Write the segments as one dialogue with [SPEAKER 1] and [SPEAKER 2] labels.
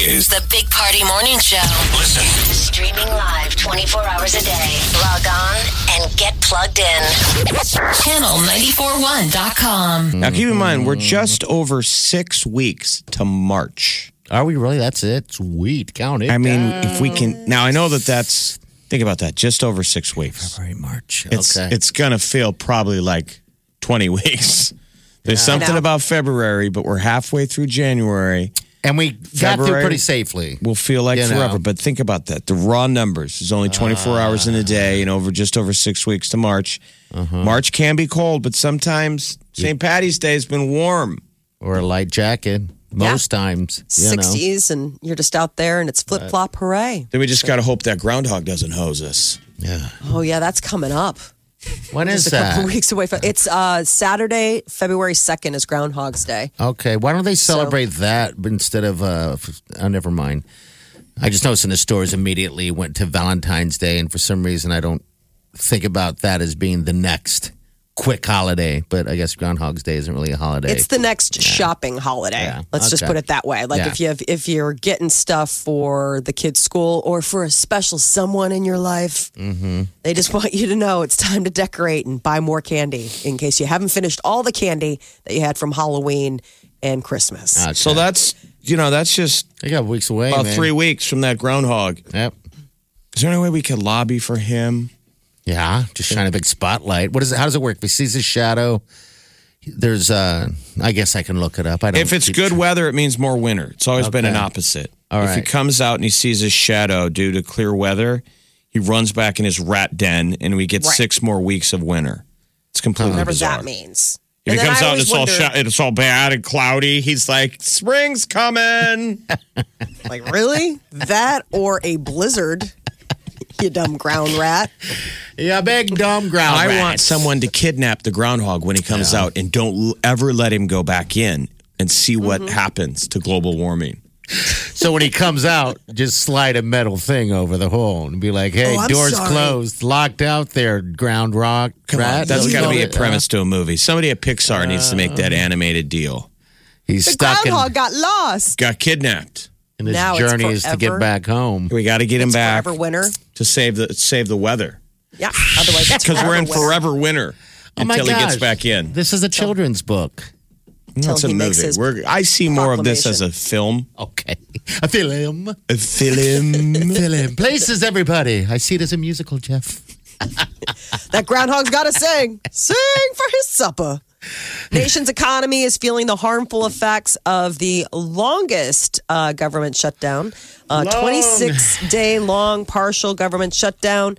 [SPEAKER 1] is the Big Party Morning Show. Listen. Streaming live 24 hours a day. Log on and get plugged in. Channel941.com.
[SPEAKER 2] Now, keep in mind,
[SPEAKER 3] Mm-hmm.
[SPEAKER 2] we're just over six weeks to March.
[SPEAKER 3] Are we really? That's it. Sweet. Count it.
[SPEAKER 2] I mean, if we can. Now, I know that that's. Think about that. Just over six weeks.
[SPEAKER 3] February, March.
[SPEAKER 2] It's
[SPEAKER 3] okay.
[SPEAKER 2] it's gonna feel probably like twenty weeks. There's something about February, but we're halfway through January.
[SPEAKER 3] and we got through
[SPEAKER 2] February.
[SPEAKER 3] pretty safely.
[SPEAKER 2] Will feel like
[SPEAKER 3] You know.
[SPEAKER 2] forever. But think about that. The raw numbers. There's only 24 hours
[SPEAKER 3] Ah.
[SPEAKER 2] in a day, and over just over six weeks to March.
[SPEAKER 3] Uh-huh.
[SPEAKER 2] March can be cold, but sometimes St. Patty's Day has been warm.
[SPEAKER 3] Or a light jacket. Most times. You know.
[SPEAKER 4] 60s and you're just out there and it's flip flop hooray.
[SPEAKER 2] Then we just got to hope that groundhog doesn't hose us.
[SPEAKER 3] Yeah.
[SPEAKER 4] Oh yeah, that's coming up.
[SPEAKER 3] When is
[SPEAKER 4] It's a couple
[SPEAKER 3] that?
[SPEAKER 4] weeks away from it's uh Saturday, February 2nd is Groundhog's Day.
[SPEAKER 3] Okay. Why don't they celebrate that instead of, uh, f- oh, never mind. I just noticed in the stores immediately went to Valentine's Day, and for some reason I don't think about that as being the next quick holiday. But I guess Groundhog's Day isn't really a holiday.
[SPEAKER 4] It's the next shopping holiday.
[SPEAKER 3] Yeah.
[SPEAKER 4] Let's just
[SPEAKER 3] Okay.
[SPEAKER 4] put it that way. Like
[SPEAKER 3] Yeah.
[SPEAKER 4] if you have, if you're getting stuff for the kids' school or for a special someone in your life,
[SPEAKER 3] Mm-hmm.
[SPEAKER 4] they just want you to know it's time to decorate and buy more candy in case you haven't finished all the candy that you had from Halloween and Christmas.
[SPEAKER 3] Okay.
[SPEAKER 2] So that's you know that's just
[SPEAKER 3] I got weeks away.
[SPEAKER 2] about
[SPEAKER 3] man.
[SPEAKER 2] three weeks from that groundhog.
[SPEAKER 3] Yep.
[SPEAKER 2] Is there any way we could lobby for him?
[SPEAKER 3] Yeah, just shine a big spotlight. What is it? How does it work? If he sees his shadow, there's. uh I guess I can look it up. I don't.
[SPEAKER 2] If it's
[SPEAKER 3] keep-
[SPEAKER 2] good weather, it means more winter. It's always been an
[SPEAKER 3] Okay.
[SPEAKER 2] opposite.
[SPEAKER 3] All
[SPEAKER 2] If he
[SPEAKER 3] right.
[SPEAKER 2] comes out and he sees his shadow due to clear weather, he runs back in his rat den, and we get
[SPEAKER 4] Right.
[SPEAKER 2] six more weeks of winter. It's completely
[SPEAKER 4] Whatever
[SPEAKER 2] bizarre.
[SPEAKER 4] that means.
[SPEAKER 2] If
[SPEAKER 4] And
[SPEAKER 2] he
[SPEAKER 4] then
[SPEAKER 2] comes
[SPEAKER 4] I
[SPEAKER 2] out and
[SPEAKER 4] always
[SPEAKER 2] it's all
[SPEAKER 4] wonder,
[SPEAKER 2] sha- and it's all bad and cloudy, he's like, "Spring's coming."
[SPEAKER 4] like really that or a blizzard, you dumb ground rat.
[SPEAKER 3] yeah, big dumb ground.
[SPEAKER 2] I want
[SPEAKER 3] rats.
[SPEAKER 2] someone to kidnap the groundhog when he comes out and don't l- ever let him go back in and see what happens to global warming.
[SPEAKER 3] So when he comes out, just slide a metal thing over the hole and be like, "Hey,
[SPEAKER 4] Oh, I'm
[SPEAKER 3] doors
[SPEAKER 4] sorry.
[SPEAKER 3] closed, locked out there, ground rock
[SPEAKER 2] Come on,
[SPEAKER 3] rat."
[SPEAKER 2] that's
[SPEAKER 3] You
[SPEAKER 2] got to
[SPEAKER 3] know
[SPEAKER 2] be a
[SPEAKER 3] it.
[SPEAKER 2] premise to a movie. Somebody at Pixar needs to make that animated deal.
[SPEAKER 3] He's
[SPEAKER 4] The
[SPEAKER 3] stuck in,
[SPEAKER 4] groundhog got lost.
[SPEAKER 2] Got kidnapped.
[SPEAKER 3] and his
[SPEAKER 4] Now it's
[SPEAKER 3] journey is to get
[SPEAKER 4] forever.
[SPEAKER 3] back home.
[SPEAKER 2] We got to get him back
[SPEAKER 4] Forever winter.
[SPEAKER 2] to save the save the weather
[SPEAKER 4] Yeah. Otherwise, it's
[SPEAKER 2] because we're in
[SPEAKER 4] winter.
[SPEAKER 2] forever winter
[SPEAKER 3] Oh my
[SPEAKER 2] until he gets
[SPEAKER 3] gosh.
[SPEAKER 2] back in.
[SPEAKER 3] This is a children's book.
[SPEAKER 4] Till
[SPEAKER 2] That's a
[SPEAKER 4] he
[SPEAKER 2] movie.
[SPEAKER 4] makes his
[SPEAKER 2] We're, I see more of this as a
[SPEAKER 4] proclamation.
[SPEAKER 2] film.
[SPEAKER 3] Okay, a film.
[SPEAKER 2] A film.
[SPEAKER 3] Film places everybody. I see it as a musical, Jeff.
[SPEAKER 4] That groundhog's got to sing. Sing for his supper. Nation's economy is feeling the harmful effects of the longest uh, government shutdown, uh, 26 day long partial government shutdown.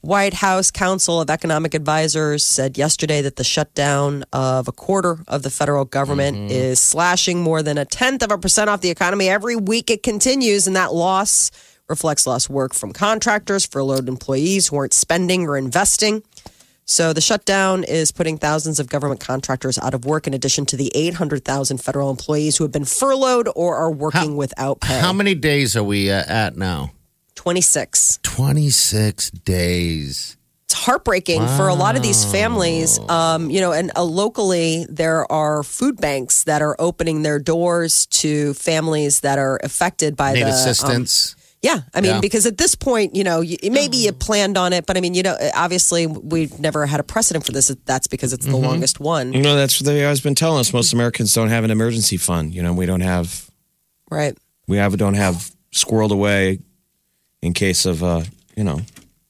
[SPEAKER 4] White House Council of Economic Advisors said yesterday that the shutdown of a quarter of the federal government
[SPEAKER 3] Mm-hmm.
[SPEAKER 4] is slashing more than a tenth of a percent off the economy every week it continues, and that loss reflects lost work from contractors, furloughed employees who aren't spending or investing. So the shutdown is putting thousands of government contractors out of work, in addition to the 800,000 federal employees who have been furloughed or are working without pay.
[SPEAKER 3] How many days are we uh, at now?
[SPEAKER 4] 26.
[SPEAKER 3] 26 days.
[SPEAKER 4] it's heartbreaking for a lot of these families. Um, you know, and uh, locally there are food banks that are opening their doors to families that are affected by
[SPEAKER 3] Need
[SPEAKER 4] the um,
[SPEAKER 3] assistance.
[SPEAKER 4] yeah, I mean,
[SPEAKER 3] Yeah.
[SPEAKER 4] because at this point, you know, you, maybe you planned on it, but I mean, you know, obviously we've never had a precedent for this. That's because it's the
[SPEAKER 3] Mm-hmm.
[SPEAKER 4] longest one,
[SPEAKER 2] You know, that's what they've always been telling us. Most Americans don't have an emergency fund. You know, we don't have
[SPEAKER 4] right?
[SPEAKER 2] we have don't have squirreled away in case of uh, you know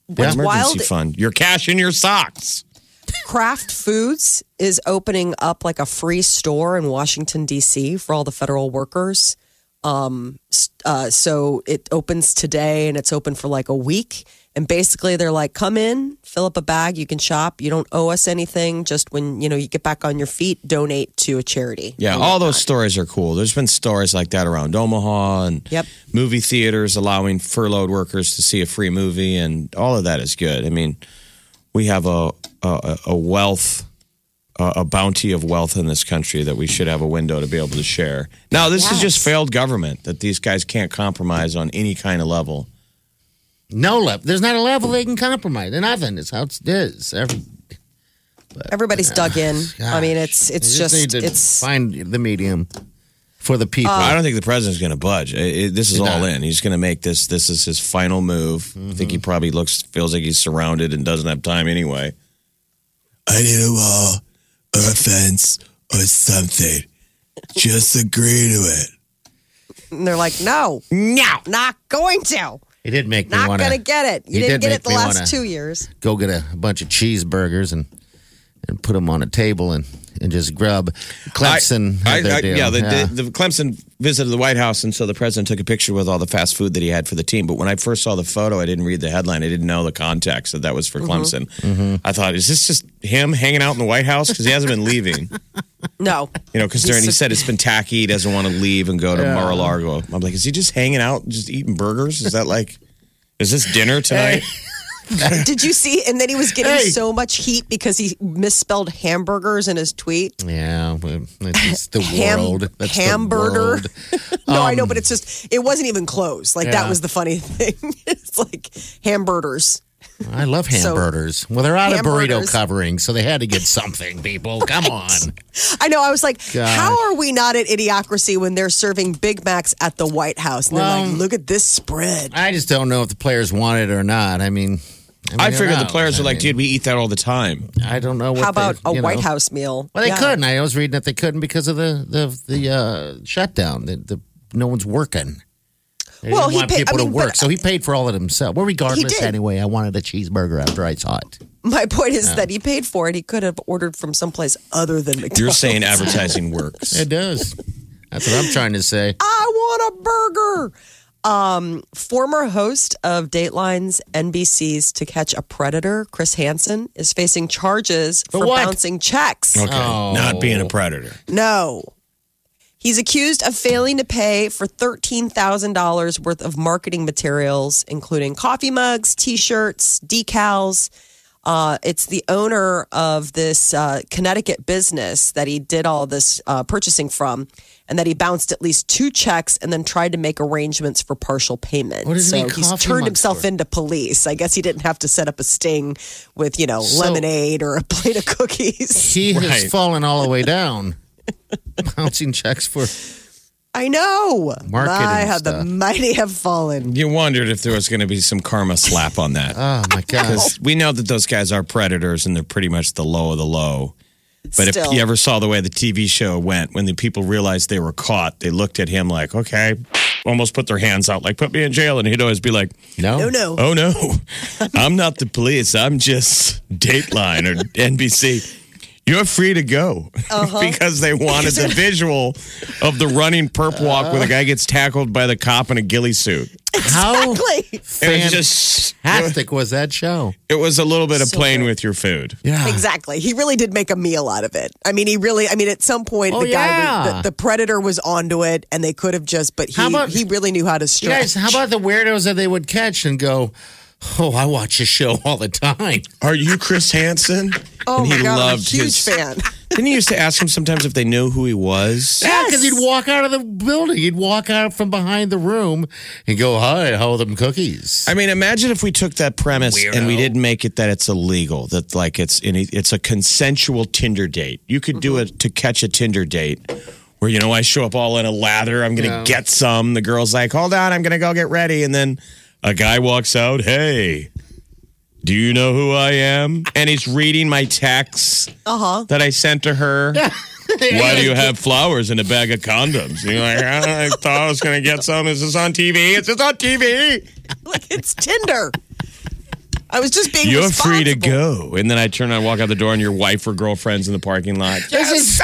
[SPEAKER 4] What's
[SPEAKER 2] emergency
[SPEAKER 4] wild
[SPEAKER 2] fund. Your cash in your socks.
[SPEAKER 4] Kraft Foods is opening up like a free store in Washington D.C. for all the federal workers. s- uh, so it opens today and it's open for like a week. And basically, they're like, come in, fill up a bag, you can shop. You don't owe us anything. Just when you know you get back on your feet, donate to a charity.
[SPEAKER 2] Yeah, all those stories are cool. There's been stories like that around Omaha and
[SPEAKER 4] Yep.
[SPEAKER 2] movie theaters allowing furloughed workers to see a free movie, and all of that is good. I mean, we have a a, a wealth, a, a bounty of wealth in this country that we should have a window to be able to share. Now, this is just failed government that these guys can't compromise on any kind of level.
[SPEAKER 4] um,
[SPEAKER 3] No level. There's not a level they can compromise. They're Nothing. It's how it is. Every,
[SPEAKER 4] Everybody's dug in. I mean,
[SPEAKER 3] gosh.
[SPEAKER 4] it's it's
[SPEAKER 3] They
[SPEAKER 4] just,
[SPEAKER 3] need to
[SPEAKER 4] it's Uh,
[SPEAKER 3] find the medium for the people.
[SPEAKER 2] I don't think the president's going to budge. I- I- this is
[SPEAKER 3] You're
[SPEAKER 2] all
[SPEAKER 3] Uh, not. Mm-hmm.
[SPEAKER 2] in. He's going to make this. This is his final move. I think he probably looks feels like he's surrounded and doesn't have time anyway.
[SPEAKER 5] I need a wall or a fence or something. Just agree to it.
[SPEAKER 4] and they're like, no,
[SPEAKER 2] No.
[SPEAKER 4] not going to,
[SPEAKER 3] it did make me
[SPEAKER 4] not
[SPEAKER 3] want
[SPEAKER 4] going to
[SPEAKER 3] to
[SPEAKER 4] get it. You
[SPEAKER 3] you
[SPEAKER 4] didn't
[SPEAKER 3] did
[SPEAKER 4] get it
[SPEAKER 3] make
[SPEAKER 4] the
[SPEAKER 3] me
[SPEAKER 4] last
[SPEAKER 3] wanna-
[SPEAKER 4] two years.
[SPEAKER 3] go get a bunch of cheeseburgers and and put them on a table and, and just grub. Clemson,
[SPEAKER 2] I-
[SPEAKER 3] had their
[SPEAKER 2] I- I-
[SPEAKER 3] deal.
[SPEAKER 2] yeah, the, The, the Clemson visited the White House, and so the president took a picture with all the fast food that he had for the team. But when I first saw the photo, I didn't read the headline. I didn't know the context that that was
[SPEAKER 3] Mm-hmm.
[SPEAKER 2] for Clemson. I thought, is this just him hanging out in the White House because he hasn't been leaving?
[SPEAKER 4] No,
[SPEAKER 2] You know, because
[SPEAKER 4] He's
[SPEAKER 2] he
[SPEAKER 4] so-
[SPEAKER 2] said it's been tacky. He doesn't want to leave and go to Mar-a-Lago. I'm like, is he just hanging out, just eating burgers? Is that like, is this dinner tonight?
[SPEAKER 4] Did you see? And then he was getting
[SPEAKER 3] Hey.
[SPEAKER 4] so much heat because he misspelled hamburgers in his tweet.
[SPEAKER 3] yeah, well, it's just the
[SPEAKER 4] Ham-
[SPEAKER 3] world. That's the
[SPEAKER 4] hamburger.
[SPEAKER 3] world.
[SPEAKER 4] no, I know, but it's just it wasn't even close. Like that
[SPEAKER 3] Um, Yeah.
[SPEAKER 4] was the funny thing. it's like hamburgers.
[SPEAKER 3] I love
[SPEAKER 4] So-
[SPEAKER 3] hamburgers. well, they're out of burrito
[SPEAKER 4] Hamburgers.
[SPEAKER 3] covering, so they had to get something. People, come on.
[SPEAKER 4] I know. I was like,
[SPEAKER 3] Gosh.
[SPEAKER 4] how are we not at Idiocracy when they're serving Big Macs at the White House? And they're
[SPEAKER 3] Well-
[SPEAKER 4] like, look at this spread.
[SPEAKER 3] I just don't know if the players want it or not. I mean,
[SPEAKER 2] I
[SPEAKER 3] mean, who
[SPEAKER 2] figured the
[SPEAKER 3] knows?
[SPEAKER 2] players
[SPEAKER 3] I
[SPEAKER 2] were like,
[SPEAKER 3] mean,
[SPEAKER 2] dude, we eat that all the time.
[SPEAKER 3] I don't know. What
[SPEAKER 4] How about
[SPEAKER 3] they-
[SPEAKER 4] a
[SPEAKER 3] you
[SPEAKER 4] White
[SPEAKER 3] know.
[SPEAKER 4] House meal?
[SPEAKER 3] Well, they
[SPEAKER 4] Yeah.
[SPEAKER 3] couldn't. I was reading that they couldn't because of the the the uh, shutdown. The, the no one's working. They
[SPEAKER 4] Well,
[SPEAKER 3] didn't
[SPEAKER 4] he
[SPEAKER 3] want
[SPEAKER 4] paid- I
[SPEAKER 3] people
[SPEAKER 4] mean,
[SPEAKER 3] to
[SPEAKER 4] but-
[SPEAKER 3] work, so he paid for all of it himself. Well, regardless,
[SPEAKER 4] did.
[SPEAKER 3] anyway, I wanted a cheeseburger after I saw it.
[SPEAKER 4] My point is that he paid for it. He could have ordered from someplace other than McDonald's.
[SPEAKER 2] You're saying advertising works.
[SPEAKER 3] It does. That's what I'm trying to say.
[SPEAKER 4] I want a burger. Um, former host of Dateline's NBC's To Catch a Predator, Chris Hansen, is facing charges for,
[SPEAKER 3] what?
[SPEAKER 4] bouncing checks.
[SPEAKER 2] Okay, not being a
[SPEAKER 3] Oh.
[SPEAKER 2] predator.
[SPEAKER 4] No. He's accused of failing to pay for $13,000 worth of marketing materials, including coffee mugs, t shirts, decals. Uh, it's the owner of this uh, Connecticut business that he did all this uh, purchasing from, and that he bounced at least two checks and then tried to make arrangements for partial payment.
[SPEAKER 3] What does he
[SPEAKER 4] so
[SPEAKER 3] need
[SPEAKER 4] he's
[SPEAKER 3] coffee
[SPEAKER 4] turned
[SPEAKER 3] mugs
[SPEAKER 4] himself
[SPEAKER 3] for?
[SPEAKER 4] into police. I guess he didn't have to set up a sting with, you know, lemonade or a plate of cookies.
[SPEAKER 3] He
[SPEAKER 2] Right.
[SPEAKER 3] has fallen all the way down, bouncing checks for.
[SPEAKER 4] I know.
[SPEAKER 3] Marketing
[SPEAKER 4] My, how the
[SPEAKER 3] stuff.
[SPEAKER 4] mighty have fallen.
[SPEAKER 2] You wondered if there was going to be some karma slap on that.
[SPEAKER 3] Oh my gosh!
[SPEAKER 2] we know that those guys are predators and they're pretty much the low of the low. But
[SPEAKER 4] Still.
[SPEAKER 2] if you ever saw the way the TV show went, when the people realized they were caught, they looked at him like, okay, almost put their hands out, like, put me in jail. And he'd always be like,
[SPEAKER 4] No, no.
[SPEAKER 2] oh no, I'm not the police. I'm just Dateline or NBC. You're free to go
[SPEAKER 4] Uh-huh.
[SPEAKER 2] because they wanted the visual of the running perp walk where the guy gets tackled by the cop in a ghillie suit.
[SPEAKER 3] How
[SPEAKER 4] Exactly.
[SPEAKER 2] It was
[SPEAKER 3] fantastic
[SPEAKER 2] just,
[SPEAKER 3] was that show?
[SPEAKER 2] it was a little bit of playing with your food.
[SPEAKER 3] Yeah.
[SPEAKER 4] Exactly. He really did make a meal out of it. I mean, he really. I mean, at some point,
[SPEAKER 3] Oh,
[SPEAKER 4] the guy, was,
[SPEAKER 3] yeah.
[SPEAKER 4] the, the predator, was onto it, and they could have just. But he,
[SPEAKER 3] How about-
[SPEAKER 4] he really knew how to
[SPEAKER 3] You
[SPEAKER 4] stretch.
[SPEAKER 3] guys, how about the weirdos that they would catch and go, "Oh, I watch a show all the time."
[SPEAKER 2] Are you Chris Hansen?
[SPEAKER 4] Oh
[SPEAKER 2] and
[SPEAKER 4] my
[SPEAKER 2] he
[SPEAKER 4] god,
[SPEAKER 2] loved
[SPEAKER 4] I'm a
[SPEAKER 2] his.
[SPEAKER 4] huge fan.
[SPEAKER 2] Didn't he used to ask him sometimes if they knew who he was?
[SPEAKER 3] Yeah, because he'd walk out of the building. He'd walk out from behind the room and go, "Hi, how are them cookies?"
[SPEAKER 2] I mean, imagine if we took that premise and we
[SPEAKER 3] Weirdo.
[SPEAKER 2] didn't make it that it's illegal. That like it's in it's a consensual Tinder date. You could do it to catch a Tinder date. Where you know I show up all in a lather, I'm gonna get some. The girl's like, "Hold on, I'm gonna go get ready," and then a guy walks out. Hey, do you know who I am? And he's reading my texts
[SPEAKER 4] Uh huh.
[SPEAKER 2] that I sent to her. Why do you have flowers in a bag of condoms? You're like, I thought I was going to get some. Is this on TV? Is this on TV?
[SPEAKER 4] Like it's Tinder. I was just being.
[SPEAKER 2] You're free to
[SPEAKER 4] responsible.
[SPEAKER 2] go. And then I turn and I walk out the door, and your wife or girlfriend's in the parking lot.
[SPEAKER 3] This is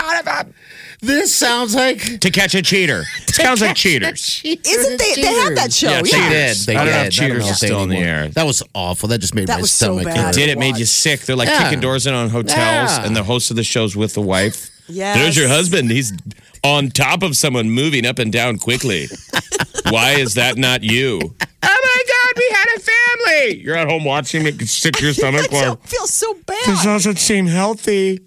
[SPEAKER 3] This sounds like
[SPEAKER 2] To catch a cheater. It sounds like cheaters.
[SPEAKER 4] Isn't they? They had that show.
[SPEAKER 2] Yeah,
[SPEAKER 4] Yeah,
[SPEAKER 2] they
[SPEAKER 3] They did.
[SPEAKER 2] Cheaters.
[SPEAKER 3] They
[SPEAKER 2] I don't know
[SPEAKER 3] did.
[SPEAKER 2] if Cheaters is
[SPEAKER 3] if they
[SPEAKER 2] still in the
[SPEAKER 3] anymore.
[SPEAKER 2] air.
[SPEAKER 3] That was awful. That just made
[SPEAKER 4] That
[SPEAKER 3] my
[SPEAKER 4] was so
[SPEAKER 3] stomach
[SPEAKER 4] bad.
[SPEAKER 3] hurt.
[SPEAKER 2] did it made you sick? They're like
[SPEAKER 3] Yeah.
[SPEAKER 2] kicking doors in on hotels,
[SPEAKER 3] Yeah.
[SPEAKER 2] and the host of the show's with the wife.
[SPEAKER 4] Yes.
[SPEAKER 2] There's your husband. He's on top of someone, moving up and down quickly. Why is that not you? Oh my God, we had a family. You're at home watching it sick to your stomach.
[SPEAKER 4] I
[SPEAKER 2] like,
[SPEAKER 4] feel so
[SPEAKER 2] this
[SPEAKER 4] bad.
[SPEAKER 2] doesn't seem healthy.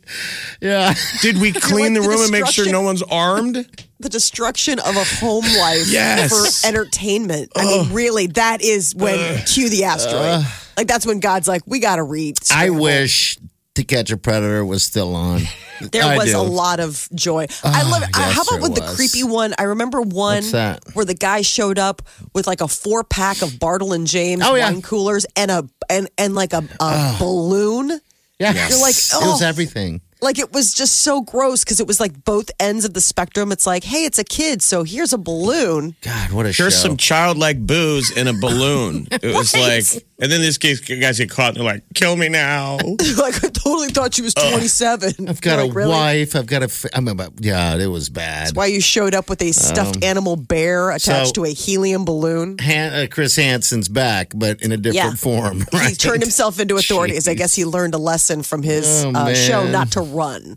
[SPEAKER 3] Yeah.
[SPEAKER 2] Did we clean
[SPEAKER 4] like
[SPEAKER 2] the
[SPEAKER 4] the
[SPEAKER 2] room and make sure
[SPEAKER 4] destruction-
[SPEAKER 2] no one's armed?
[SPEAKER 4] The destruction of a home life
[SPEAKER 2] Yes.
[SPEAKER 4] for entertainment. I mean, really, that is when cue the asteroid. like that's when God's like, we got to read.
[SPEAKER 3] I wish To Catch a Predator was still on.
[SPEAKER 4] There
[SPEAKER 3] I
[SPEAKER 4] was
[SPEAKER 3] do.
[SPEAKER 4] a lot of joy. I love. I- how
[SPEAKER 3] yes,
[SPEAKER 4] about
[SPEAKER 3] there
[SPEAKER 4] with the
[SPEAKER 3] was.
[SPEAKER 4] creepy one? I remember one
[SPEAKER 3] What's that?
[SPEAKER 4] where the guy showed up with like a four pack of Bartle and James
[SPEAKER 3] Oh, yeah.
[SPEAKER 4] wine coolers and a and and like a, a balloon.
[SPEAKER 3] Yeah.
[SPEAKER 4] You're like,
[SPEAKER 3] It was
[SPEAKER 4] oh.
[SPEAKER 3] everything.
[SPEAKER 4] Like it was just so gross because it was like both ends of the spectrum. It's like, hey, it's a kid, so here's a balloon.
[SPEAKER 3] God, what a
[SPEAKER 2] Here's
[SPEAKER 3] show.
[SPEAKER 2] some childlike booze in a balloon. It was like, and then these guys guys get caught and they're like, "Kill me now."
[SPEAKER 4] like I totally thought she was 27.
[SPEAKER 3] I've got
[SPEAKER 4] Like,
[SPEAKER 3] a
[SPEAKER 4] really?
[SPEAKER 3] wife. I've got a. F- I'm about. Yeah, it was bad.
[SPEAKER 4] Why you showed up with a stuffed animal bear attached
[SPEAKER 3] Um, so-
[SPEAKER 4] to a helium balloon?
[SPEAKER 3] Han- uh, Chris Hansen's back, but in a different
[SPEAKER 4] Yeah.
[SPEAKER 3] form. Right?
[SPEAKER 4] He turned himself into authorities. I guess he learned a lesson from his
[SPEAKER 3] Oh,
[SPEAKER 4] uh, show
[SPEAKER 3] man.
[SPEAKER 4] not to run.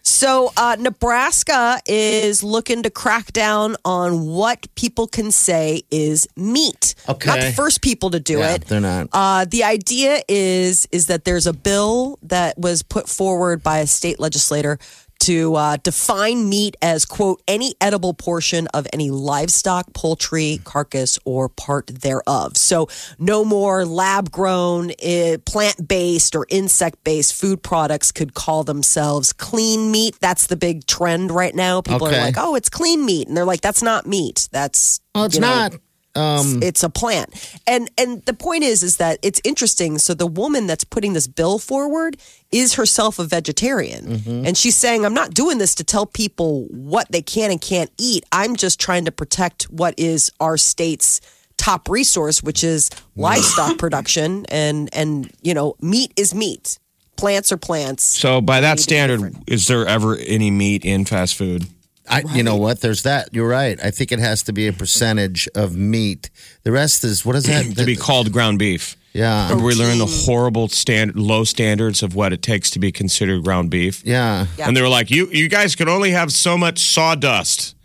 [SPEAKER 4] So, uh, Nebraska is looking to crack down on what people can say is meat. Not the
[SPEAKER 3] Okay.
[SPEAKER 4] first people to do
[SPEAKER 3] Yeah,
[SPEAKER 4] it.
[SPEAKER 3] they're not.
[SPEAKER 4] Uh, the idea is is that there's a bill that was put forward by a state legislator to uh, define meat as quote any edible portion of any livestock, poultry, carcass, or part thereof. So no more lab grown, uh, plant based, or insect based food products could call themselves clean meat. That's the big trend right now. People
[SPEAKER 3] Okay.
[SPEAKER 4] are like, oh, it's clean meat, and they're like, that's not meat. That's
[SPEAKER 3] Oh, it's
[SPEAKER 4] you know,
[SPEAKER 3] not. Um,
[SPEAKER 4] it's a plant and and the point is is that it's interesting so the woman that's putting this bill forward is herself a vegetarian
[SPEAKER 3] Mm-hmm.
[SPEAKER 4] and she's saying i'm not doing this to tell people what they can and can't eat i'm just trying to protect what is our state's top resource which is livestock production and and you know meat is meat plants are plants
[SPEAKER 2] So, by that standard, is there ever any meat in fast food?
[SPEAKER 3] I, You know what? There's that. You're right. I think it has to be a percentage of meat. The rest is what is that?
[SPEAKER 2] to be called ground beef.
[SPEAKER 3] yeah.
[SPEAKER 2] Remember, we learned the horrible stand, low standards of what it takes to be considered ground beef.
[SPEAKER 3] Yeah.
[SPEAKER 2] And they were like, "You, you guys can only have so much sawdust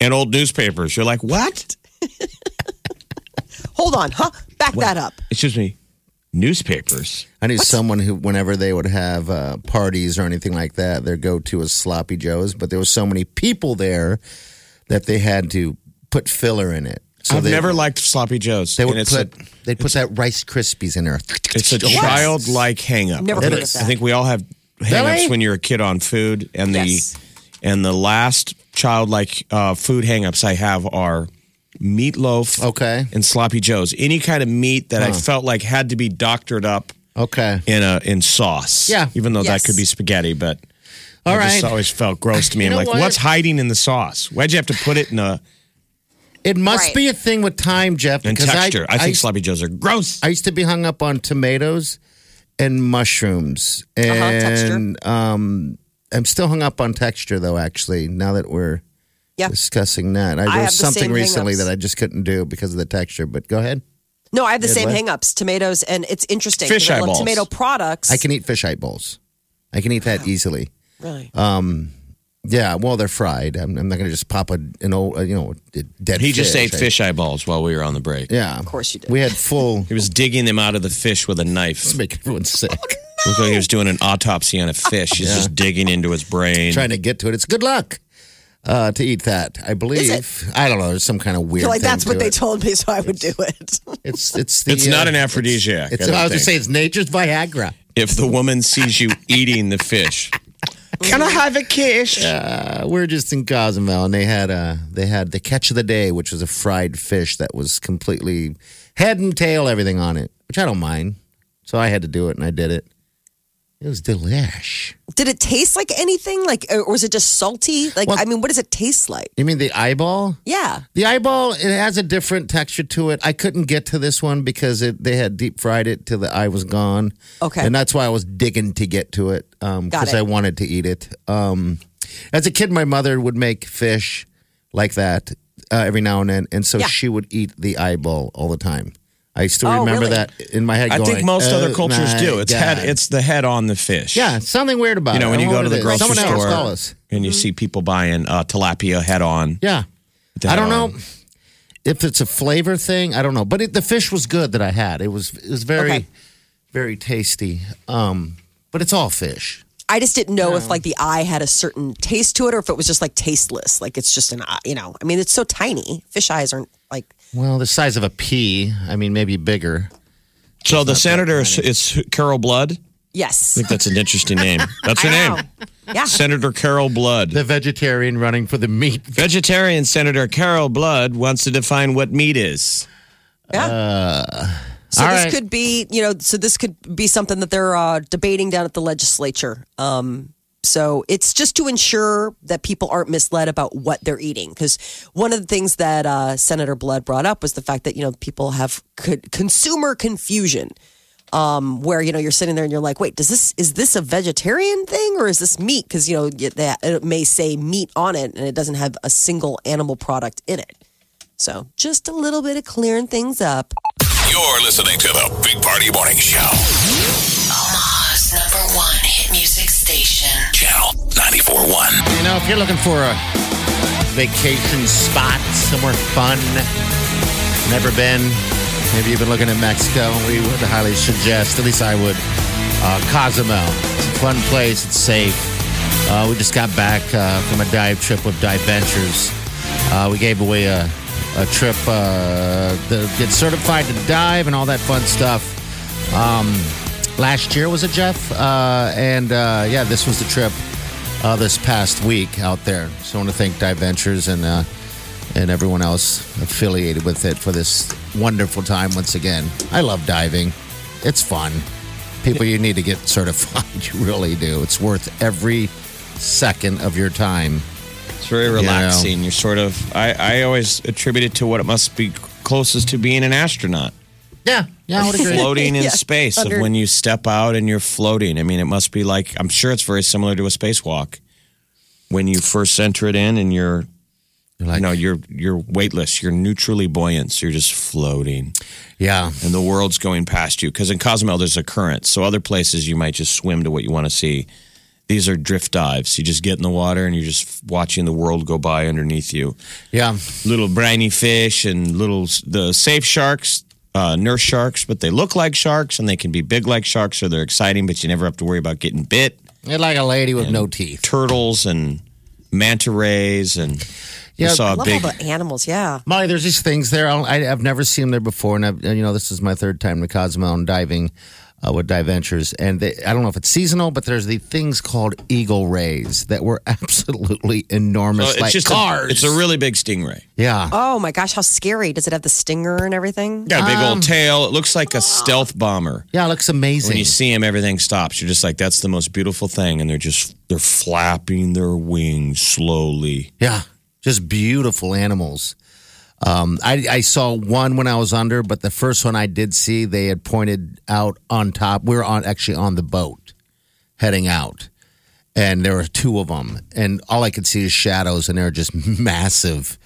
[SPEAKER 2] and old newspapers." You're like, "What?"
[SPEAKER 4] hold on huh back that up
[SPEAKER 2] Excuse me, newspapers.
[SPEAKER 3] I knew someone who, whenever they would have uh, parties or anything like that, their go-to was sloppy joes. But there was so many people there that they had to put filler in it. So
[SPEAKER 2] I've
[SPEAKER 3] they,
[SPEAKER 2] never liked sloppy joes.
[SPEAKER 3] They would
[SPEAKER 2] And it's
[SPEAKER 3] put.
[SPEAKER 2] a,
[SPEAKER 3] they'd put that Rice Krispies in there.
[SPEAKER 2] it's a childlike hang up.
[SPEAKER 4] Never
[SPEAKER 2] I
[SPEAKER 4] heard
[SPEAKER 2] think-
[SPEAKER 4] of that.
[SPEAKER 2] I think we all have hang ups when you're a kid on food and the
[SPEAKER 4] Yes.
[SPEAKER 2] and the last childlike uh, food hang ups I have are meatloaf
[SPEAKER 3] Okay.
[SPEAKER 2] and sloppy joes any kind of meat that i felt like had to be doctored up
[SPEAKER 3] Okay.
[SPEAKER 2] in a in sauce
[SPEAKER 3] Yeah.
[SPEAKER 2] even though
[SPEAKER 4] Yes.
[SPEAKER 2] that could be spaghetti but
[SPEAKER 3] All
[SPEAKER 2] it
[SPEAKER 3] right.
[SPEAKER 2] just always felt gross to me i'm
[SPEAKER 3] You know
[SPEAKER 2] like
[SPEAKER 3] what?
[SPEAKER 2] what's hiding in the sauce why'd you have to put it in a
[SPEAKER 3] It must
[SPEAKER 1] Right.
[SPEAKER 3] be a thing with time, Jeff.
[SPEAKER 2] in
[SPEAKER 3] because
[SPEAKER 2] texture i, think
[SPEAKER 3] used-
[SPEAKER 2] sloppy joes are gross
[SPEAKER 3] I used to be hung up on tomatoes and mushrooms,
[SPEAKER 4] Uh-huh, texture.
[SPEAKER 3] and um, I'm still hung up on texture though. Actually, now that we're
[SPEAKER 4] Yeah.
[SPEAKER 3] discussing that, I,
[SPEAKER 4] I
[SPEAKER 3] there
[SPEAKER 4] have
[SPEAKER 3] was
[SPEAKER 4] the
[SPEAKER 3] something
[SPEAKER 4] same
[SPEAKER 3] recently
[SPEAKER 4] hang-ups.
[SPEAKER 3] that I just couldn't do because of the texture. But go ahead,
[SPEAKER 4] no i have the same
[SPEAKER 3] what?
[SPEAKER 4] hangups tomatoes and it's interesting 'cause
[SPEAKER 2] Fish
[SPEAKER 4] i
[SPEAKER 2] eyeballs.
[SPEAKER 4] love tomato products
[SPEAKER 3] I can eat fisheye bowls. I can eat that easily.
[SPEAKER 4] really
[SPEAKER 3] Yeah, well, they're fried. I'm, I'm not going to just pop a, an old, uh, you know, a dead.
[SPEAKER 2] he just ate
[SPEAKER 3] I-
[SPEAKER 2] fish eyeballs while we were on the break
[SPEAKER 3] Yeah, of
[SPEAKER 4] course you did.
[SPEAKER 3] We had full.
[SPEAKER 2] he was digging them out of the fish with a knife
[SPEAKER 3] make everyone sick.
[SPEAKER 2] looked like he was doing an autopsy on a fish he's just digging into his brain
[SPEAKER 3] trying to get to it. It's good luck uh, to eat that. I believe. I don't know. There's some kind of weird.
[SPEAKER 4] You're like
[SPEAKER 3] thing
[SPEAKER 4] that's what
[SPEAKER 3] to
[SPEAKER 4] they
[SPEAKER 3] it.
[SPEAKER 4] told me, so I would do it.
[SPEAKER 3] It's it's the,
[SPEAKER 2] It's not
[SPEAKER 3] uh,
[SPEAKER 2] an aphrodisiac, I
[SPEAKER 3] It's, it's, I,
[SPEAKER 2] don't
[SPEAKER 3] was gonna
[SPEAKER 2] think.
[SPEAKER 3] say it's nature's Viagra.
[SPEAKER 2] if the woman sees you eating the fish can i have a kiss
[SPEAKER 3] Uh, we are just in Cozumel, and they had uh they had the catch of the day, which was a fried fish that was completely head and tail, everything on it, which I don't mind. So I had to do it, and I did it. It was delish.
[SPEAKER 4] Did it taste like anything? Like, or was it just salty? Like,
[SPEAKER 3] Well-
[SPEAKER 4] I mean, what does it taste like?
[SPEAKER 3] You mean the eyeball?
[SPEAKER 4] Yeah,
[SPEAKER 3] The eyeball it has a different texture to it. I couldn't get to this one because it they had deep fried it till the eye was gone.
[SPEAKER 4] Okay.
[SPEAKER 3] and that's why I was digging to get to it
[SPEAKER 4] Got
[SPEAKER 3] because
[SPEAKER 4] it.
[SPEAKER 3] I wanted to eat it. Um, As a kid, my mother would make fish like that uh, every now and then, and so
[SPEAKER 4] Yeah.
[SPEAKER 3] she would eat the eyeball all the time. I still
[SPEAKER 4] Oh,
[SPEAKER 3] remember
[SPEAKER 4] really?
[SPEAKER 3] that in my head.
[SPEAKER 2] I think
[SPEAKER 3] going,
[SPEAKER 2] most
[SPEAKER 3] "Oh,
[SPEAKER 2] other cultures
[SPEAKER 3] my
[SPEAKER 2] do. It's
[SPEAKER 3] God."
[SPEAKER 2] head. It's the head on the fish.
[SPEAKER 3] yeah, something weird about
[SPEAKER 2] You know,
[SPEAKER 3] it.
[SPEAKER 2] when
[SPEAKER 3] I
[SPEAKER 2] you
[SPEAKER 3] don't
[SPEAKER 2] go to
[SPEAKER 3] what
[SPEAKER 2] the
[SPEAKER 3] it is.
[SPEAKER 2] grocery
[SPEAKER 3] Someone
[SPEAKER 2] store
[SPEAKER 3] Else tell us. Mm-hmm.
[SPEAKER 2] and you see people buying uh, tilapia head on.
[SPEAKER 3] Yeah,
[SPEAKER 2] the
[SPEAKER 3] I
[SPEAKER 2] head on.
[SPEAKER 3] don't know if it's a flavor thing. I don't know, but it, the fish was good that I had. It was it was very
[SPEAKER 4] Okay.
[SPEAKER 3] very tasty. Um, but it's all fish.
[SPEAKER 4] I just didn't know if like the eye had a certain taste to it, or if it was just like tasteless. Like it's just an eye, you know. I mean, it's so tiny. Fish eyes aren't like
[SPEAKER 3] Well, the size of a pea. I mean, maybe bigger.
[SPEAKER 2] So the senator is, is Carol Blood. I
[SPEAKER 4] yes.
[SPEAKER 2] think that's an interesting name. That's her
[SPEAKER 4] I know.
[SPEAKER 2] name,
[SPEAKER 4] Yeah.
[SPEAKER 2] Senator Carol Blood.
[SPEAKER 3] The vegetarian running for the meat.
[SPEAKER 2] Vegetarian Senator Carol Blood wants to define what meat is.
[SPEAKER 4] Yeah. so
[SPEAKER 3] Uh, all
[SPEAKER 4] this
[SPEAKER 3] right.
[SPEAKER 4] could be, you know, so this could be something that they're uh, debating down at the legislature. Um, so it's just to ensure that people aren't misled about what they're eating, because one of the things that uh, Senator Blood brought up was the fact that you know people have co- consumer confusion, um, where you know you're sitting there and you're like, wait, does this is this a vegetarian thing or is this meat? Because you know y- that it may say meat on it and it doesn't have a single animal product in it. So just a little bit of clearing things up.
[SPEAKER 6] You're listening to the Big Party Morning Show.
[SPEAKER 1] Omaha's number one hit music station.
[SPEAKER 6] Channel 94.1.
[SPEAKER 3] You know, if you're looking for a vacation spot, somewhere fun, never been, maybe you've been looking at Mexico, we would highly suggest, at least I would, uh, Cozumel. It's a fun place, it's safe. Uh, we just got back uh, from a dive trip with Dive Ventures. Uh, we gave away a, a trip uh, to get certified to dive and all that fun stuff. Um, last year was it, Jeff? Uh, and uh, yeah, this was the trip uh, this past week out there. So I want to thank Dive Ventures and uh, and everyone else affiliated with it for this wonderful time once again. I love diving; it's fun. People, you need to get certified. You really do. It's worth every second of your time.
[SPEAKER 2] It's very relaxing. You're sort of, I, I always attribute it to what it must be closest to being an astronaut.
[SPEAKER 3] Yeah, yeah, I would agree.
[SPEAKER 2] Floating in
[SPEAKER 4] Yeah,
[SPEAKER 2] space,
[SPEAKER 4] under-
[SPEAKER 2] of when you step out and you're floating. I mean, it must be like, I'm sure it's very similar to a spacewalk. When you first enter it in and you're,
[SPEAKER 3] You're like,
[SPEAKER 2] you know, you're, you're weightless, you're neutrally buoyant, so you're just floating.
[SPEAKER 3] yeah,
[SPEAKER 2] and the world's going past you. Because in Cozumel, there's a current. So other places, you might just swim to what you want to see. These are drift dives. You just get in the water and you're just watching the world go by underneath you.
[SPEAKER 3] yeah.
[SPEAKER 2] Little briny fish and little the safe sharks, uh, nurse sharks, but they look like sharks and they can be big like sharks, so they're exciting. But you never have to worry about getting bit.
[SPEAKER 3] You're like a lady with no teeth.
[SPEAKER 2] Turtles and manta rays and we
[SPEAKER 3] Yeah,
[SPEAKER 2] saw a
[SPEAKER 4] Love
[SPEAKER 2] big
[SPEAKER 4] all the animals, yeah.
[SPEAKER 3] Molly, there's these things there. I'll, I, I've never seen them there before, and I've, and, you know this is my third time to Cozumel and diving uh, with Dive Ventures, and they, I don't know if it's seasonal, but there's the things called eagle rays that were absolutely enormous,
[SPEAKER 2] it's
[SPEAKER 3] like
[SPEAKER 2] just
[SPEAKER 3] cars.
[SPEAKER 2] A, it's a really big stingray.
[SPEAKER 3] yeah,
[SPEAKER 4] Oh my gosh, how scary. Does it have the stinger and everything?
[SPEAKER 2] Got a big old tail. It looks like a stealth bomber.
[SPEAKER 3] yeah, it looks amazing.
[SPEAKER 2] when you see them, everything stops. You're just like, that's the most beautiful thing. And they're just, they're flapping their wings slowly.
[SPEAKER 3] yeah, just beautiful animals. Um, I, I saw one when I was under, but the first one I did see, they had pointed out on top. We were on actually on the boat heading out. and there were two of them, and all I could see is shadows, and they're just massive,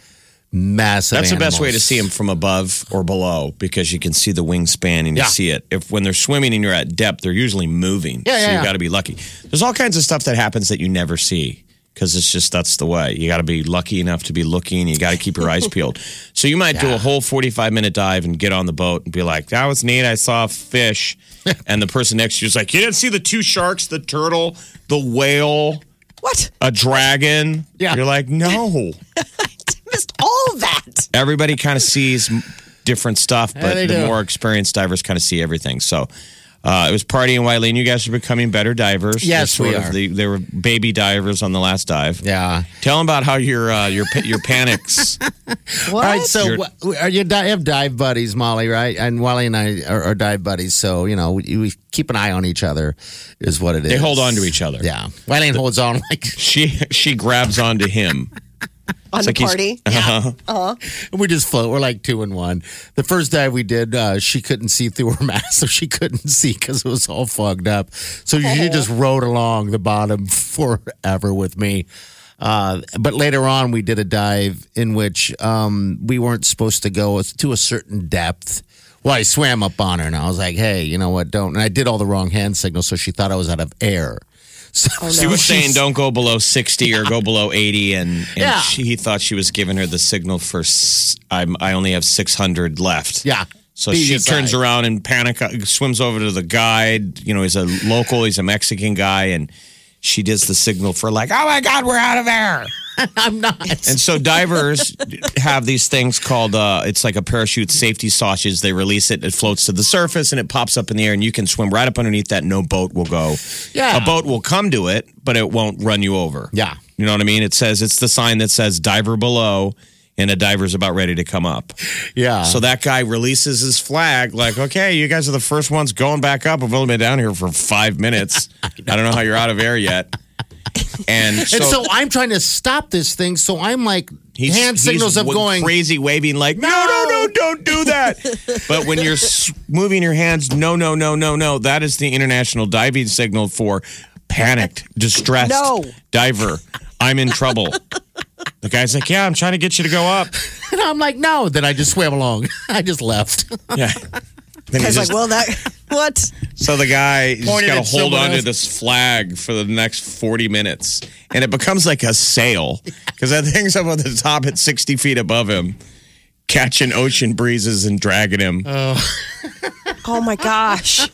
[SPEAKER 3] massive.
[SPEAKER 2] That's the best way to
[SPEAKER 3] animals.
[SPEAKER 2] see them from above or below because you can see the wingspan and you
[SPEAKER 3] Yeah.
[SPEAKER 2] see it. If when they're swimming and you're at depth, they're usually moving.
[SPEAKER 3] Yeah,
[SPEAKER 2] so
[SPEAKER 3] yeah,
[SPEAKER 2] you
[SPEAKER 3] yeah.
[SPEAKER 2] got to be lucky. There's all kinds of stuff that happens that you never see because it's just that's the way. You got to be lucky enough to be looking. You got to keep your eyes peeled. So you might do a whole 45 minute dive and get on the boat and be like, "That was neat. I saw a fish." and the person next to you is like, "You didn't see the two sharks, the turtle, the whale,
[SPEAKER 4] What?
[SPEAKER 2] a dragon."
[SPEAKER 3] Yeah.
[SPEAKER 2] You're like, "No."
[SPEAKER 4] Missed all of that.
[SPEAKER 2] everybody kind of sees m- different stuff, but
[SPEAKER 3] they
[SPEAKER 2] the
[SPEAKER 3] do.
[SPEAKER 2] more experienced divers kind of see everything. So uh, it was party in Wylie, and you guys are becoming better divers.
[SPEAKER 3] Yes,
[SPEAKER 2] They're
[SPEAKER 3] we
[SPEAKER 2] sort of
[SPEAKER 3] are.
[SPEAKER 2] the- they were baby divers on the last dive.
[SPEAKER 3] Yeah.
[SPEAKER 2] Tell them about how your uh, your pa- your panics.
[SPEAKER 3] All right. So,
[SPEAKER 2] You're-
[SPEAKER 3] wh- are you di- have dive buddies, Molly? Right? And Wally and I are, are dive buddies, so you know we, we keep an eye on each other. Is what it is.
[SPEAKER 2] They hold on to each other.
[SPEAKER 3] Yeah. Wally holds on like
[SPEAKER 2] She she grabs onto him.
[SPEAKER 4] on the
[SPEAKER 2] like he's- uh-huh.
[SPEAKER 4] party.
[SPEAKER 3] And we just float. We're like two and one. The first dive we did, uh, she couldn't see through her mask, so she couldn't see because it was all fogged up. So she just rode along the bottom forever with me. Uh, but later on, we did a dive in which um, we weren't supposed to go to a certain depth. Well, I swam up on her, and I was like, "Hey, you know what? Don't." And I did all the wrong hand signals, so she thought I was out of air. So,
[SPEAKER 2] She was
[SPEAKER 3] she's-
[SPEAKER 2] saying don't go below 60 or go below 80. And, and
[SPEAKER 3] Yeah.
[SPEAKER 2] she, he thought she was giving her the signal for s- I'm, I only have 600 left.
[SPEAKER 3] Yeah.
[SPEAKER 2] So
[SPEAKER 3] Be
[SPEAKER 2] she
[SPEAKER 3] your
[SPEAKER 2] turns
[SPEAKER 3] guide.
[SPEAKER 2] around and panic, uh, swims over to the guide. You know, he's a local, he's a Mexican guy. And she does the signal for, like, oh my God, we're out of air.
[SPEAKER 3] I'm not.
[SPEAKER 2] And so divers have these things called uh, it's like a parachute safety sausage. They release it, it floats to the surface, and it pops up in the air, and you can swim right up underneath that. No boat will go.
[SPEAKER 3] Yeah.
[SPEAKER 2] a boat will come to it, but it won't run you over.
[SPEAKER 3] Yeah.
[SPEAKER 2] you know what I mean. It says it's the sign that says diver below, and a diver's about ready to come up.
[SPEAKER 3] Yeah.
[SPEAKER 2] So that guy releases his flag, like, okay, you guys are the first ones going back up. We've only been down here for five minutes. I don't know how you're out of air yet. And so,
[SPEAKER 3] And so I'm trying to stop this thing. So I'm like,
[SPEAKER 2] He's-
[SPEAKER 3] hand
[SPEAKER 2] he's
[SPEAKER 3] signals of
[SPEAKER 2] w-
[SPEAKER 3] going.
[SPEAKER 2] crazy, waving like, no, no, no, don't do that. but when you're s- moving your hands, no, no, no, no, no, that is the international diving signal for panicked, distressed
[SPEAKER 4] No.
[SPEAKER 2] diver. I'm in trouble. The guy's like, yeah, I'm trying to get you to go up.
[SPEAKER 3] And I'm like, no. Then I just swam along. I just left.
[SPEAKER 2] Yeah. Then he
[SPEAKER 4] I was
[SPEAKER 2] just-
[SPEAKER 4] like, well, that what?
[SPEAKER 2] so the guy he's got
[SPEAKER 3] Pointed
[SPEAKER 2] to
[SPEAKER 3] at
[SPEAKER 2] hold
[SPEAKER 3] someone
[SPEAKER 2] on to
[SPEAKER 3] else.
[SPEAKER 2] this flag for the next 40 minutes. And it becomes like a sail because that thing's up at the top at 60 feet above him, catching ocean breezes and dragging him.
[SPEAKER 3] Uh,
[SPEAKER 4] Oh my gosh!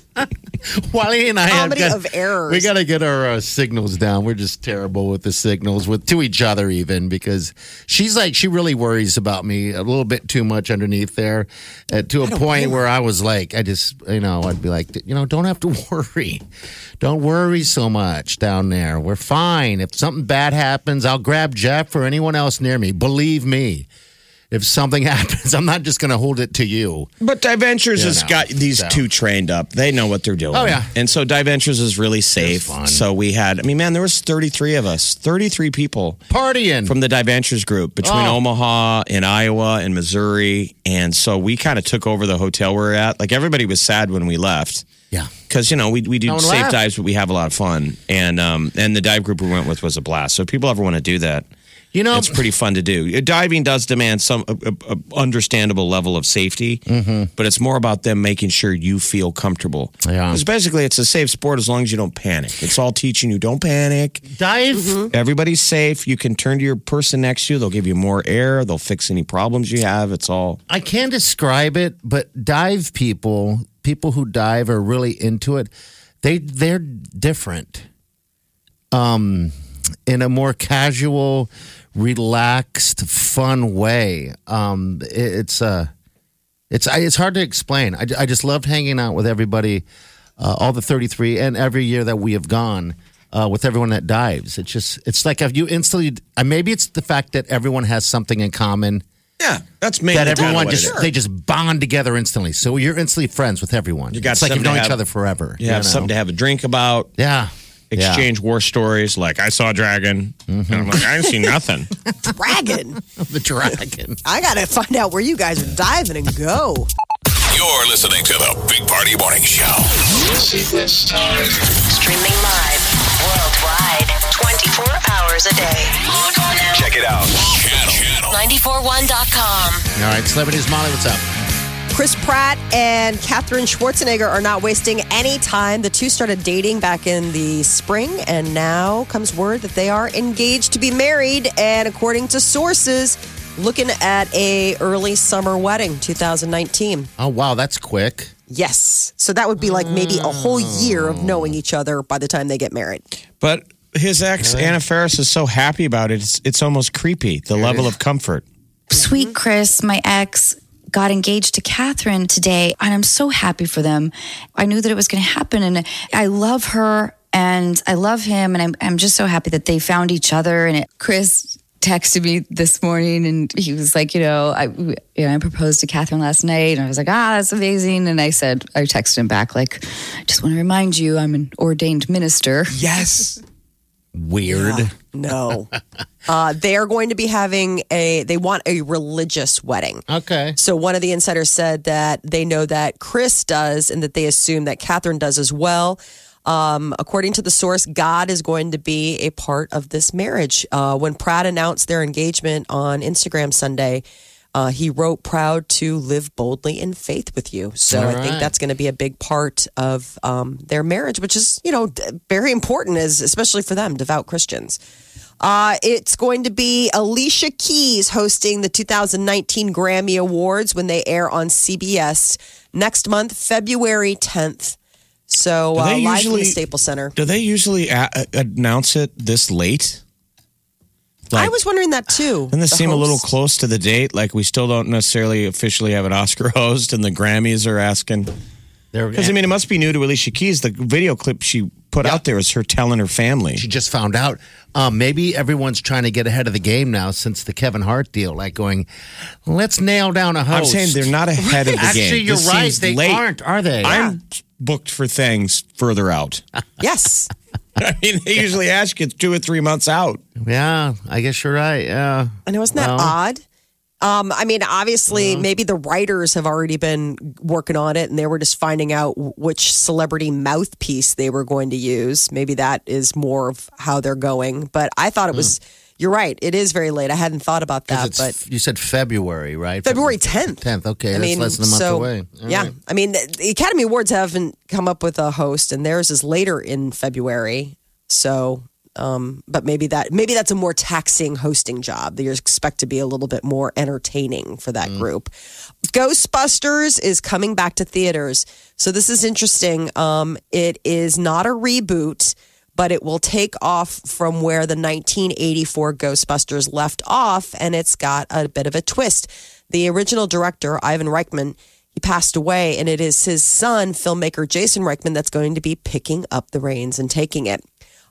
[SPEAKER 3] Wally and I have
[SPEAKER 4] Comedy
[SPEAKER 3] got-
[SPEAKER 4] of errors.
[SPEAKER 3] We got to get our uh, signals down. We're just terrible with the signals with to each other even because she's like she really worries about me a little bit too much underneath there uh, to a point where I was like I just you know I'd be like you know don't have to worry. Don't worry so much down there. We're fine. If something bad happens, I'll grab Jeff or anyone else near me. Believe me. If something happens, I'm not just going to hold it to you.
[SPEAKER 2] But Diventures has
[SPEAKER 3] no,
[SPEAKER 2] got these
[SPEAKER 3] so.
[SPEAKER 2] two trained up. They know what they're doing.
[SPEAKER 3] Oh, yeah.
[SPEAKER 2] And so Diventures is really safe.
[SPEAKER 3] fun.
[SPEAKER 2] So we had, I mean, man, there was 33 of us, 33 people
[SPEAKER 3] Partying.
[SPEAKER 2] from the Diventures group between
[SPEAKER 3] Oh.
[SPEAKER 2] Omaha and Iowa and Missouri. And so we kind of took over the hotel we were at. Like everybody was sad when we left.
[SPEAKER 3] yeah.
[SPEAKER 2] Because you know we, we do
[SPEAKER 3] No one
[SPEAKER 2] safe
[SPEAKER 3] left.
[SPEAKER 2] dives, but we have a lot of fun, and um, and the dive group we went with was a blast. So if people ever want to do that,
[SPEAKER 3] You know,
[SPEAKER 2] it's pretty fun to do. Uh, Diving does demand some a, a, a understandable level of safety, but it's more about them making sure you feel comfortable.
[SPEAKER 3] Yeah.
[SPEAKER 2] Because basically, it's a safe sport as long as you don't panic. It's all teaching you don't panic.
[SPEAKER 3] dive
[SPEAKER 2] Mm-hmm. Everybody's safe. You can turn to your person next to you. They'll give you more air. They'll fix any problems you have. It's all
[SPEAKER 3] I can't describe it, but dive people, people who dive are really into it. They they're different. Um in a more casual, relaxed, fun way. Um it, it's uh it's I, it's hard to explain. I, I just loved hanging out with everybody, uh, all the 33, and every year that we have gone uh, with everyone that dives. It's just it's like if you instantly. uh, Maybe it's the fact that everyone has something in common
[SPEAKER 2] yeah. That's mainly
[SPEAKER 3] that
[SPEAKER 2] kinda
[SPEAKER 3] everyone
[SPEAKER 2] what
[SPEAKER 3] just
[SPEAKER 2] it is.
[SPEAKER 3] they just bond together instantly. So you're instantly friends with everyone. You
[SPEAKER 2] got
[SPEAKER 3] it's like you've
[SPEAKER 2] something to
[SPEAKER 3] known each
[SPEAKER 2] have-
[SPEAKER 3] other forever.
[SPEAKER 2] you have
[SPEAKER 3] know?
[SPEAKER 2] something to have a drink about.
[SPEAKER 3] Yeah. Yeah.
[SPEAKER 2] Exchange war stories like I saw a dragon. And I'm like I didn't see nothing.
[SPEAKER 4] Dragon.
[SPEAKER 3] the dragon.
[SPEAKER 4] I gotta find out where you guys are diving and go.
[SPEAKER 6] You're listening to the Big Party Morning Show.
[SPEAKER 1] Streaming live worldwide 24 hours a day. Log on now.
[SPEAKER 6] Check it out. Channel,
[SPEAKER 1] 941.com.
[SPEAKER 3] All right, celebrities, Molly, what's up?
[SPEAKER 4] Chris Pratt and Katherine Schwarzenegger are not wasting any time. The two started dating back in the spring, and now comes word that they are engaged to be married. And according to sources, looking at a early summer wedding, 2019.
[SPEAKER 3] Oh wow, that's quick.
[SPEAKER 4] Yes, so that would be like maybe a whole year of knowing each other by the time they get married.
[SPEAKER 2] But his ex Anna Faris is so happy about it. It's it's almost creepy. The level of comfort.
[SPEAKER 7] sweet Chris, my ex, got engaged to Catherine today, and I'm so happy for them. I knew that it was going to happen, and I love her and I love him, and I'm, I'm just so happy that they found each other. And it, Chris texted me this morning, and he was like, you know, I, you know, I proposed to Catherine last night, and I was like, ah, that's amazing. And I said, I texted him back like, I just want to remind you, I'm an ordained minister.
[SPEAKER 5] Yes.
[SPEAKER 3] weird.
[SPEAKER 4] No. uh, they are going to be having a, they want a religious wedding.
[SPEAKER 3] Okay.
[SPEAKER 4] So one of the insiders said that they know that Chris does and that they assume that Catherine does as well. Um, according to the source, God is going to be a part of this marriage. Uh, when Pratt announced their engagement on Instagram Sunday, uh, he wrote, "Proud to live boldly in faith with you." So I think
[SPEAKER 3] right.
[SPEAKER 4] that's going to be a big part of um, their marriage, which is you know d- very important, is especially for them, devout Christians. Uh, it's going to be Alicia Keys hosting the 2019 Grammy Awards when they air on CBS next month, February 10th. So
[SPEAKER 2] Do
[SPEAKER 4] uh,
[SPEAKER 2] they
[SPEAKER 4] live from the
[SPEAKER 2] usually-
[SPEAKER 4] Staples Center.
[SPEAKER 2] Do they usually a- a- announce it this late?
[SPEAKER 4] I was wondering that too.
[SPEAKER 2] Doesn't this
[SPEAKER 4] the
[SPEAKER 2] seem a little
[SPEAKER 4] host.
[SPEAKER 2] close to the date? Like we still don't necessarily officially have an Oscar host, and the Grammys are asking.
[SPEAKER 3] There we
[SPEAKER 2] Because I mean, it must be new to Alicia Keys. The video clip she put out there is her telling her family.
[SPEAKER 3] she just found out. Um, maybe everyone's trying to get ahead of the game now since the Kevin Hart deal, like going, let's nail down a host.
[SPEAKER 2] I'm saying they're not ahead of the game.
[SPEAKER 3] Actually, you're
[SPEAKER 2] This
[SPEAKER 3] right.
[SPEAKER 2] seems
[SPEAKER 3] They
[SPEAKER 2] late.
[SPEAKER 3] aren't, are they?
[SPEAKER 2] I'm booked for things further out.
[SPEAKER 4] Yes.
[SPEAKER 2] I mean, they usually ask you two or three months out.
[SPEAKER 3] yeah, I guess you're right. Yeah.
[SPEAKER 4] I know, isn't that
[SPEAKER 3] Well.
[SPEAKER 4] odd? Um, I mean, obviously, maybe the writers have already been working on it, and they were just finding out w- which celebrity mouthpiece they were going to use. Maybe that is more of how they're going. But I thought it was. You're right. It is very late. I hadn't thought about
[SPEAKER 3] 'Cause
[SPEAKER 4] that,
[SPEAKER 3] Hmm. it's-
[SPEAKER 4] but
[SPEAKER 3] you said February, right?
[SPEAKER 4] February 10th.
[SPEAKER 3] 10th. Okay, that's less than a month
[SPEAKER 4] so,
[SPEAKER 3] away. All
[SPEAKER 4] yeah.
[SPEAKER 3] right.
[SPEAKER 4] I mean, the, the Academy Awards haven't come up with a host, and theirs is later in February. So, um, but maybe that maybe that's a more taxing hosting job. They expect to be a little bit more entertaining for that group. Ghostbusters is coming back to theaters, so this is interesting. Um, it is not a reboot. But it will take off from where the 1984 Ghostbusters left off, and it's got a bit of a twist. The original director, Ivan Reichman, he passed away, and it is his son, filmmaker Jason Reichman, that's going to be picking up the reins and taking it.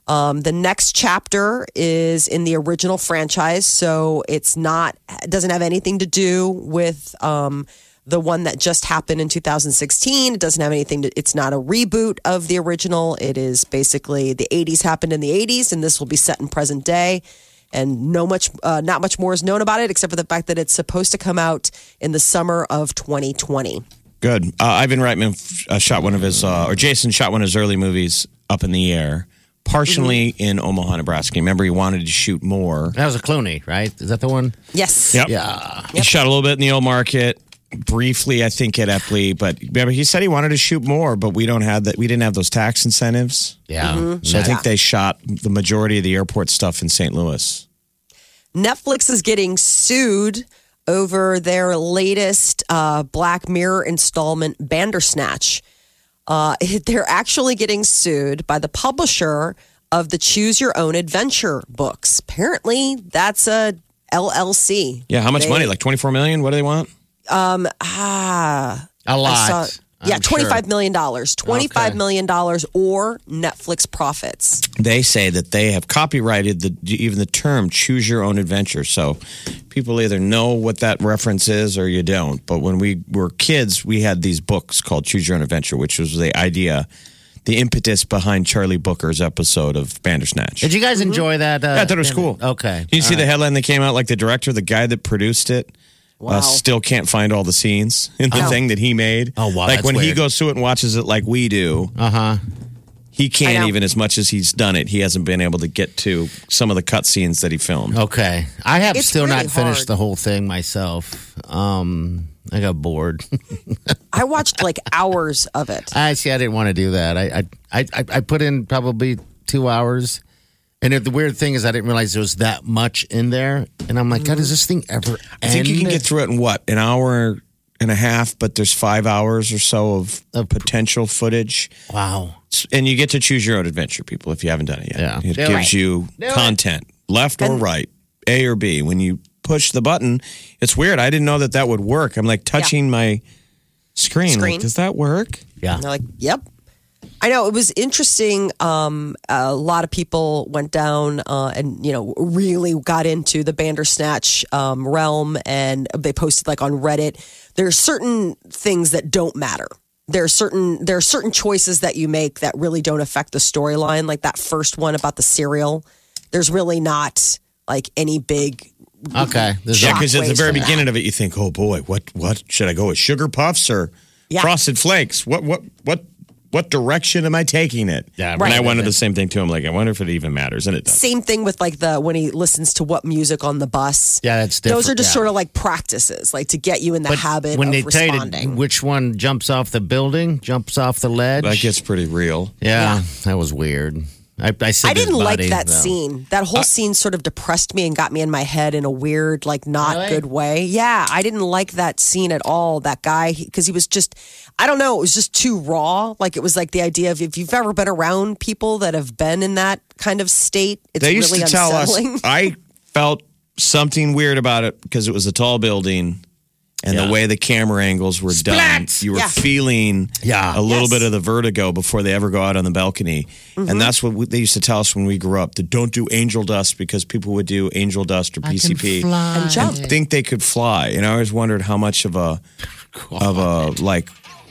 [SPEAKER 4] Um, the next chapter is in the original franchise, so it's not it doesn't have anything to do with um, the one that just happened in 2016. It doesn't have anything to. It's not a reboot of the original. It is basically the 80s happened in the 80s, and this will be set in present day and no much, uh, not much more is known about it except for the fact that it's supposed to come out in the summer of 2020.
[SPEAKER 2] Good. Uh, Ivan Reitman uh, shot one of his, uh, or Jason shot one of his early movies up in the air, partially in Omaha, Nebraska. Remember, he wanted to shoot more.
[SPEAKER 3] That was a Clooney, right? Is that the one?
[SPEAKER 4] Yes.
[SPEAKER 2] Yep.
[SPEAKER 3] Yeah.
[SPEAKER 2] He shot a little bit in the old market, briefly, I think, at Epley. But remember, he said he wanted to shoot more, but we don't have that. We didn't have those tax incentives,
[SPEAKER 3] Yeah.
[SPEAKER 4] Mm-hmm.
[SPEAKER 2] so I think they shot the majority of the airport stuff in St. Louis.
[SPEAKER 4] Netflix is getting sued over their latest uh, Black Mirror installment, Bandersnatch. Uh, they're actually getting sued by the publisher of the Choose Your Own Adventure books. Apparently, that's a LLC.
[SPEAKER 2] Yeah, how much
[SPEAKER 4] They-
[SPEAKER 2] money? Like twenty-four million? What do they want?
[SPEAKER 4] Ah.
[SPEAKER 3] A
[SPEAKER 4] I
[SPEAKER 3] lot.
[SPEAKER 4] saw- yeah,
[SPEAKER 3] I'm
[SPEAKER 4] twenty
[SPEAKER 3] sure.
[SPEAKER 4] five million dollars, twenty five
[SPEAKER 3] Okay.
[SPEAKER 4] million dollars, or Netflix profits.
[SPEAKER 2] They say that they have copyrighted the even the term "choose your own adventure." So people either know what that reference is or you don't. But when we were kids, we had these books called "Choose Your Own Adventure," which was the idea, the impetus behind Charlie Booker's episode of Bandersnatch.
[SPEAKER 3] Did you guys
[SPEAKER 4] Mm-hmm.
[SPEAKER 3] enjoy that? Uh,
[SPEAKER 2] Yeah, I thought it was cool.
[SPEAKER 3] Okay.
[SPEAKER 2] Did you see the headline that came out? Like the director, the guy that produced it, uh, still can't find all the scenes in the thing that he made.
[SPEAKER 3] Oh, wow,
[SPEAKER 2] Like
[SPEAKER 3] that's
[SPEAKER 2] when he
[SPEAKER 3] weird. Uh-huh.
[SPEAKER 2] goes through it and watches it, like we do. Uh huh. He can't
[SPEAKER 4] know.
[SPEAKER 2] even as much as he's done it. He hasn't been able to get to some of the cut scenes that he filmed.
[SPEAKER 3] Okay. I have
[SPEAKER 4] It's
[SPEAKER 3] still
[SPEAKER 4] really
[SPEAKER 3] not finished
[SPEAKER 4] hard.
[SPEAKER 3] the whole thing myself. Um, I got bored.
[SPEAKER 4] I watched like hours of it.
[SPEAKER 3] I see. I didn't want to do that. I I I, I put in probably two hours, and the weird thing is I didn't realize there was that much in there. And I'm like, God,
[SPEAKER 4] Mm-hmm.
[SPEAKER 3] does this thing ever end?
[SPEAKER 2] I think you can get through it in what an hour and a half, but there's five hours or so of,
[SPEAKER 3] Of-
[SPEAKER 2] potential footage,
[SPEAKER 3] wow.
[SPEAKER 2] and you get to choose your own adventure, people. If you haven't done it yet,
[SPEAKER 3] Yeah.
[SPEAKER 2] it
[SPEAKER 3] Do
[SPEAKER 2] gives you content left or right, A or B. When you push the button, it's weird. I didn't know that that would work. I'm like touching my screen. like,
[SPEAKER 4] Screen.
[SPEAKER 2] Does that work?
[SPEAKER 3] Yeah.
[SPEAKER 4] And they're like, yep. I know it was interesting. Um, a lot of people went down uh, and you know really got into the Bandersnatch um, realm, and they posted like on Reddit. There are certain things that don't matter. there are certain there are certain choices that you make that really don't affect the storyline. Like that first one about the cereal. There's really not like any big
[SPEAKER 3] Okay. There's
[SPEAKER 2] Yeah,
[SPEAKER 3] a-
[SPEAKER 2] because at the
[SPEAKER 4] Shockwaves
[SPEAKER 2] very
[SPEAKER 4] from that.
[SPEAKER 2] beginning of it, you think, "Oh boy, what what should I go with? Sugar puffs or
[SPEAKER 4] Yeah.
[SPEAKER 2] frosted flakes? What what what what direction am I taking it?"
[SPEAKER 3] Yeah,
[SPEAKER 2] and I
[SPEAKER 3] right.
[SPEAKER 2] wondered the same thing too. I'm like, I wonder if it even matters, and it does.
[SPEAKER 4] same thing with like the when he listens to what music on the bus.
[SPEAKER 3] Yeah, that's
[SPEAKER 4] Those are
[SPEAKER 3] different,
[SPEAKER 4] just
[SPEAKER 3] yeah.
[SPEAKER 4] sort of like practices, like to get you in the habit
[SPEAKER 3] when
[SPEAKER 4] of
[SPEAKER 3] they
[SPEAKER 4] responding.
[SPEAKER 3] tell you to- which one jumps off the building, jumps off the ledge.
[SPEAKER 2] That gets pretty real.
[SPEAKER 3] yeah, that was weird. I, I, said
[SPEAKER 4] I didn't
[SPEAKER 3] his
[SPEAKER 4] like
[SPEAKER 3] body,
[SPEAKER 4] that
[SPEAKER 3] though. Uh,
[SPEAKER 4] scene. That whole scene sort of depressed me and got me in my head in a weird, like, not
[SPEAKER 3] Really?
[SPEAKER 4] good way. Yeah, I didn't like that scene at all. That guy, because he was just, I don't know, it was just too raw. Like, it was like the idea of if you've ever been around people that have been in that kind of state, it's
[SPEAKER 2] they used
[SPEAKER 4] really
[SPEAKER 2] to tell
[SPEAKER 4] unsettling.
[SPEAKER 2] us. I felt something weird about it because it was a tall building, and the way the camera angles were done, you were
[SPEAKER 4] Yeah.
[SPEAKER 2] feeling
[SPEAKER 3] Yeah.
[SPEAKER 2] a little
[SPEAKER 4] Yes. Mm-hmm.
[SPEAKER 2] bit of the vertigo before they ever go out on the balcony. And that's what we, they used to tell us when we grew up: to don't do angel dust because people would do angel dust or PCP.
[SPEAKER 4] and
[SPEAKER 3] Oh.
[SPEAKER 4] jump.
[SPEAKER 2] think they could fly. And I always wondered how much of a of a like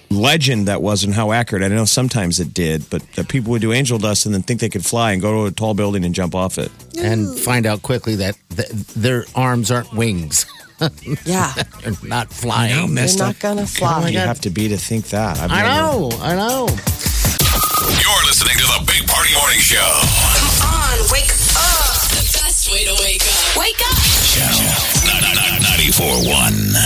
[SPEAKER 2] legend that was and how accurate. I know sometimes it did, but that people would do angel dust and then think they could fly and go to a tall building and jump off it.
[SPEAKER 3] and find out quickly that th- their arms aren't wings.
[SPEAKER 4] Yeah,
[SPEAKER 3] They're not flying.
[SPEAKER 4] they're not going to fly.
[SPEAKER 2] you have to be to think that. I've
[SPEAKER 3] Oh I
[SPEAKER 2] never-
[SPEAKER 3] know. I know.
[SPEAKER 6] You're listening to the Big Party Morning Show.
[SPEAKER 1] Come on, wake up. The best way to wake up. Wake up.
[SPEAKER 6] Channel 941.